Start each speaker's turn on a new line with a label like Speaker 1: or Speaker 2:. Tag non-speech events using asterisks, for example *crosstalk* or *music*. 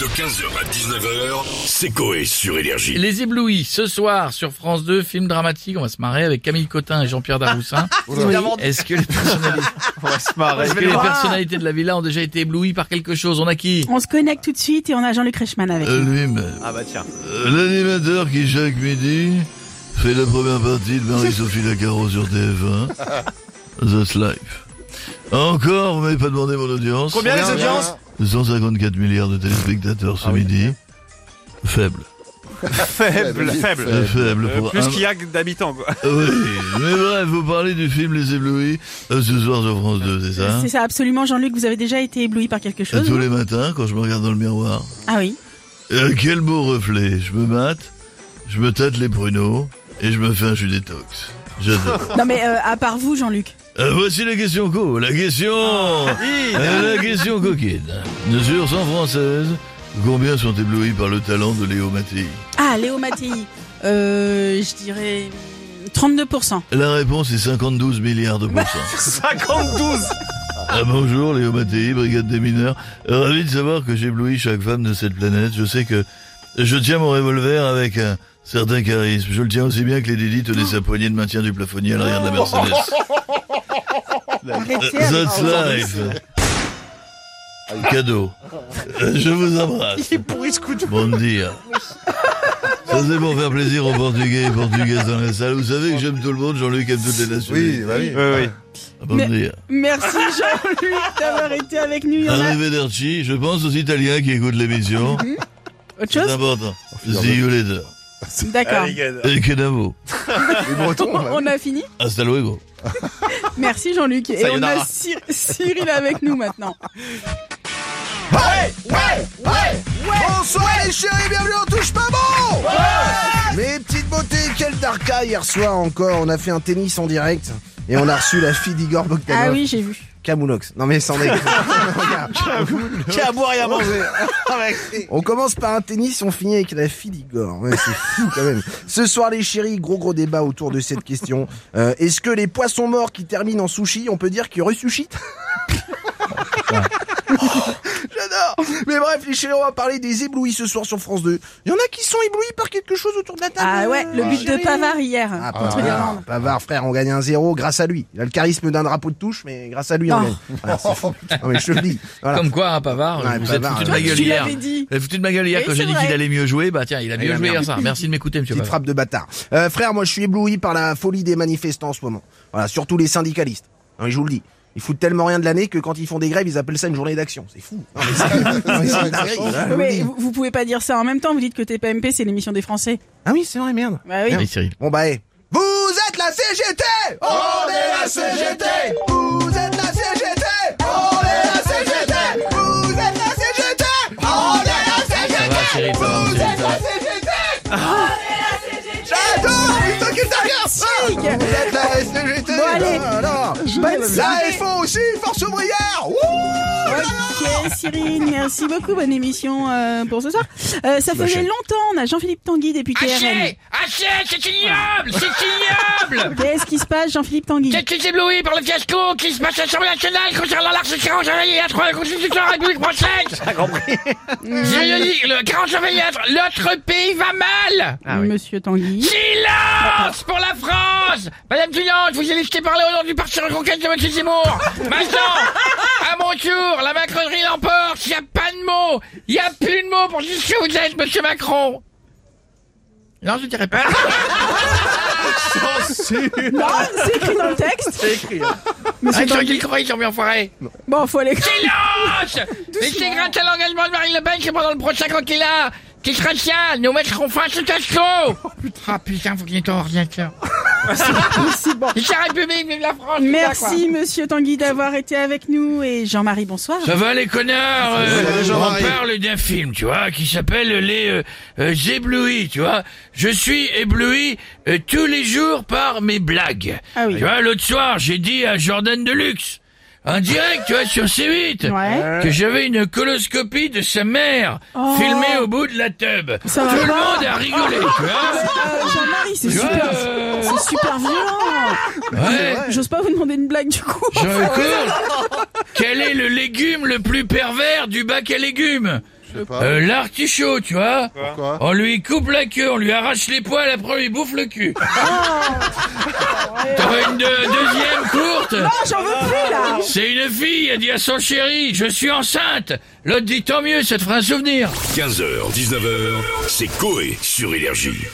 Speaker 1: De 15h à 19h, c'est Coé sur Énergie.
Speaker 2: Les Éblouis, ce soir sur France 2, film dramatique, on va se marrer avec Camille Cotin et Jean-Pierre Daroussin. Est-ce que, les personnalités-
Speaker 3: On va se marrer.
Speaker 2: est-ce que les personnalités de la villa ont déjà été éblouies par quelque chose On a qui
Speaker 4: On se connecte tout de suite et on a Jean-Luc Reichmann avec
Speaker 5: Euh,
Speaker 4: nous.
Speaker 3: Ah bah tiens.
Speaker 5: L'animateur qui chaque midi fait la première partie de Marie-Sophie Lacaro sur TF1,
Speaker 3: *laughs*
Speaker 5: The Life. Encore, vous m'avez pas demandé mon audience.
Speaker 3: Combien les audiences
Speaker 5: 154 milliards de téléspectateurs
Speaker 3: Ah
Speaker 5: ce midi. Faible.
Speaker 3: Faible, faible.
Speaker 5: Très faible
Speaker 3: Euh,
Speaker 5: pour
Speaker 3: plus
Speaker 5: un- Ah
Speaker 3: qu'il y a que d'habitants *laughs* quoi.
Speaker 5: Oui, mais bref, vous parlez du film Les Éblouis euh, ce soir sur France 2, c'est ça Euh,
Speaker 4: C'est ça, absolument, Jean-Luc, vous avez déjà été ébloui par quelque chose
Speaker 5: Tous
Speaker 4: non
Speaker 5: les matins, quand je me regarde dans le miroir.
Speaker 4: Ah oui.
Speaker 5: Euh, quel beau reflet. Je me mate, je me tâte les pruneaux et je me fais un jus détox. J'adore.
Speaker 4: *laughs* Non mais euh, à part vous, Jean-Luc.
Speaker 5: Euh, voici la question co, la question, Euh, la question coquine. Sur 100 françaises, combien sont éblouies par le talent de Léo Mattei
Speaker 4: Ah, Léo Mattei. Euh, je dirais hum, 32%.
Speaker 5: La réponse est 52 milliards de pourcents.
Speaker 3: 52
Speaker 5: Ah, bonjour Léo Mattei, brigade des mineurs. Euh, Ravi de savoir que j'éblouis chaque femme de cette planète. Je sais que je tiens mon revolver avec un certain charisme. Je le tiens aussi bien que les Lily tenaient sa poignée de maintien du plafonnier à l'arrière de la Mercedes.
Speaker 4: Arrêtez
Speaker 5: Euh, That's life. Cadeau. Euh, Je vous embrasse.
Speaker 3: Il est pourri ce coup de
Speaker 5: Bon dire. Ça c'est pour faire plaisir aux Portugais et Portugaises dans la salle. Vous savez que j'aime tout le monde, Jean-Luc aime toutes les nations.
Speaker 6: Oui, bah oui.
Speaker 3: Oui, oui.
Speaker 5: Bon
Speaker 4: Mais-
Speaker 5: dire.
Speaker 4: Merci Jean-Luc d'avoir été avec nous. Il y en
Speaker 5: Euh,
Speaker 4: a
Speaker 5: Arrivederci, je pense aux Italiens qui écoutent l'émission.
Speaker 4: autre
Speaker 5: C'est
Speaker 4: chose
Speaker 5: important. See you later.
Speaker 4: D'accord.
Speaker 3: Allez, gars.
Speaker 5: Et Kenavo.
Speaker 6: Les Bretons, bah oui.
Speaker 4: On a fini
Speaker 5: Hasta luego.
Speaker 4: Merci Jean-Luc. Et on a
Speaker 3: Sayonara.
Speaker 4: Cyr- Cyril avec nous maintenant.
Speaker 6: Bonsoir les chéris, bienvenue, on touche pas bon Mes petites beautés, quel darka hier soir encore, on a fait un tennis en direct et on a reçu la fille d'Igor Bogdanov,
Speaker 4: Ah oui, j'ai vu.
Speaker 6: Camoulox. Non mais sans *laughs* déconner. Regarde.
Speaker 3: Qui a à boire et à manger
Speaker 6: Oh. *laughs* on commence par un tennis, on finit avec la fille d'Igor. Ouais, c'est fou quand même. Ce soir les chéris, gros gros débat autour de cette question. Euh, Est-ce que les poissons morts qui terminent en sushi, on peut dire qu'ils ressuscitent *laughs* J'adore Mais bref, les chéris, on va parler des éblouis ce soir sur France 2. Il y en a qui sont éblouis par quelque chose autour de la table. euh,
Speaker 4: Ah ouais, le but de
Speaker 6: chéris.
Speaker 4: Pavard hier
Speaker 6: Ah,
Speaker 4: contre
Speaker 6: Pavard,
Speaker 4: l'Irlande.
Speaker 6: Pavard, frère, on gagne un zéro grâce à lui. Il a le charisme d'un drapeau de touche, mais grâce à lui, on
Speaker 4: Oh.
Speaker 6: gagne. Voilà, c'est *laughs* fou. Non, mais je te le dis. Voilà.
Speaker 2: Comme quoi, hein, Pavard,
Speaker 6: Ouais,
Speaker 2: vous êtes
Speaker 6: Pavard,
Speaker 2: foutu de
Speaker 4: Toi,
Speaker 2: ma
Speaker 6: ouais.
Speaker 2: gueule
Speaker 4: tu
Speaker 2: hier.
Speaker 4: l'avais dit.
Speaker 2: Vous êtes foutu de ma gueule hier
Speaker 4: Oui,
Speaker 2: quand
Speaker 4: c'est
Speaker 2: j'ai dit
Speaker 4: vrai.
Speaker 2: qu'il allait mieux jouer. Bah tiens, il a mieux
Speaker 6: a
Speaker 2: joué
Speaker 6: bien
Speaker 2: hier soir. Merci de m'écouter, monsieur
Speaker 6: Petite
Speaker 2: Pavard.
Speaker 6: frappe de bâtard. Euh, frère, moi, je suis ébloui par la folie des manifestants en ce moment. Voilà, surtout les syndicalistes. Non, mais je vous le dis. Ils foutent tellement rien de l'année que quand ils font des grèves, ils appellent ça une journée d'action. C'est fou. Non, *laughs* mais c'est- non, mais c'est une dinguerie, voilà, je vous le
Speaker 4: Mais
Speaker 6: dis.
Speaker 4: vous, vous pouvez pas dire ça en même temps, vous dites que TPMP c'est l'émission des Français.
Speaker 6: Ah oui, c'est vrai, merde.
Speaker 4: Bah oui.
Speaker 2: Oui, Cyril.
Speaker 6: Bon bah, eh. vous êtes la CGT On est la CGT Vous êtes la CGT On est la CGT Vous êtes la CGT On est la
Speaker 2: Ça va, Cyril, ça va, Cyril, ça va.
Speaker 6: CGT J'adore Putain, qu'il t'agace Vous êtes la CGT
Speaker 4: Bon, allez.
Speaker 6: Alors,
Speaker 4: Bonne
Speaker 6: Ça,
Speaker 4: soirée.
Speaker 6: il faut aussi Force ouvrière Ouh
Speaker 4: Ok Cyril, merci beaucoup, bonne émission euh, pour ce soir. Euh, ça faisait longtemps, on a Jean-Philippe Tanguy depuis TRN.
Speaker 7: Haché Haché C'est ignoble C'est ignoble
Speaker 4: Qu'est-ce qui se passe Jean-Philippe Tanguy
Speaker 7: Qu'est-ce qui s'éblouit par le fiasco qui se passe à l'Assemblée nationale concernant l'article 41 et 3 de la Constitution de la République française J'ai compris Le 41 l'autre pays va mal
Speaker 4: Monsieur Tanguy.
Speaker 7: Silence pour la France Madame Dunant, je vous ai laissé parler au nom du Parti Reconquête de Mathieu Zemmour Maintenant, à mon tour, la macronerie l'emporte, y a pas de mots Y a plus de mots pour dire ce que vous êtes, Monsieur Macron Non, je dirais pas
Speaker 4: Non, c'est écrit dans le texte.
Speaker 7: Ah, ils ont dit le croix, ils sont bien enfoirés
Speaker 4: Bon, faut aller.
Speaker 7: Silence
Speaker 4: *laughs*
Speaker 7: Mais c'est grâce à l'engagement de Marine Le Pen que pendant le prochain conquillat, qui sera tien, nous mettrons fin à ce fiasco
Speaker 4: Oh,
Speaker 7: Ah putain, faut qu'il y ait ton ordinateur.
Speaker 4: *laughs*
Speaker 7: Vive la République, vive la France
Speaker 4: Merci Monsieur Tanguy d'avoir été avec nous et Jean-Marie, bonsoir.
Speaker 7: Ça va les connards euh,
Speaker 6: Salut, Jean-Marie.
Speaker 7: On parle d'un film, tu vois, qui s'appelle Les euh, euh, Éblouis, tu vois. Je suis ébloui euh, tous les jours par mes blagues.
Speaker 4: Ah oui.
Speaker 7: Tu vois, l'autre soir, j'ai dit à Jordan Deluxe, en direct, tu vois, sur C8,
Speaker 2: Euh.
Speaker 4: Ouais.
Speaker 7: que j'avais une coloscopie de sa mère
Speaker 4: Oh.
Speaker 7: filmée au bout de la tub.
Speaker 4: Ça
Speaker 7: Tout
Speaker 4: va
Speaker 7: le
Speaker 4: pas.
Speaker 7: monde a rigolé, tu vois.
Speaker 4: Euh, Jean-Marie, c'est
Speaker 7: Tu vois,
Speaker 4: *laughs* super.
Speaker 7: euh,
Speaker 4: C'est super violent.
Speaker 7: ouais.
Speaker 4: J'ose pas vous demander une blague du coup. *laughs*
Speaker 7: Jean-Claude, quel est le légume le plus pervers du bac à légumes
Speaker 8: Je sais pas.
Speaker 2: Euh, l'artichaut, tu vois.
Speaker 8: Pourquoi
Speaker 2: On lui coupe la queue, on lui arrache les poils, après on lui bouffe le
Speaker 4: *laughs*
Speaker 2: cul.
Speaker 4: Ah.
Speaker 2: T'en veux une de- deuxième courte
Speaker 4: Oh, j'en veux plus là
Speaker 2: C'est une fille, elle dit à son chéri, je suis enceinte. L'autre dit tant mieux, ça te fera un souvenir.
Speaker 1: 15h, 19h, c'est Coé sur Énergie.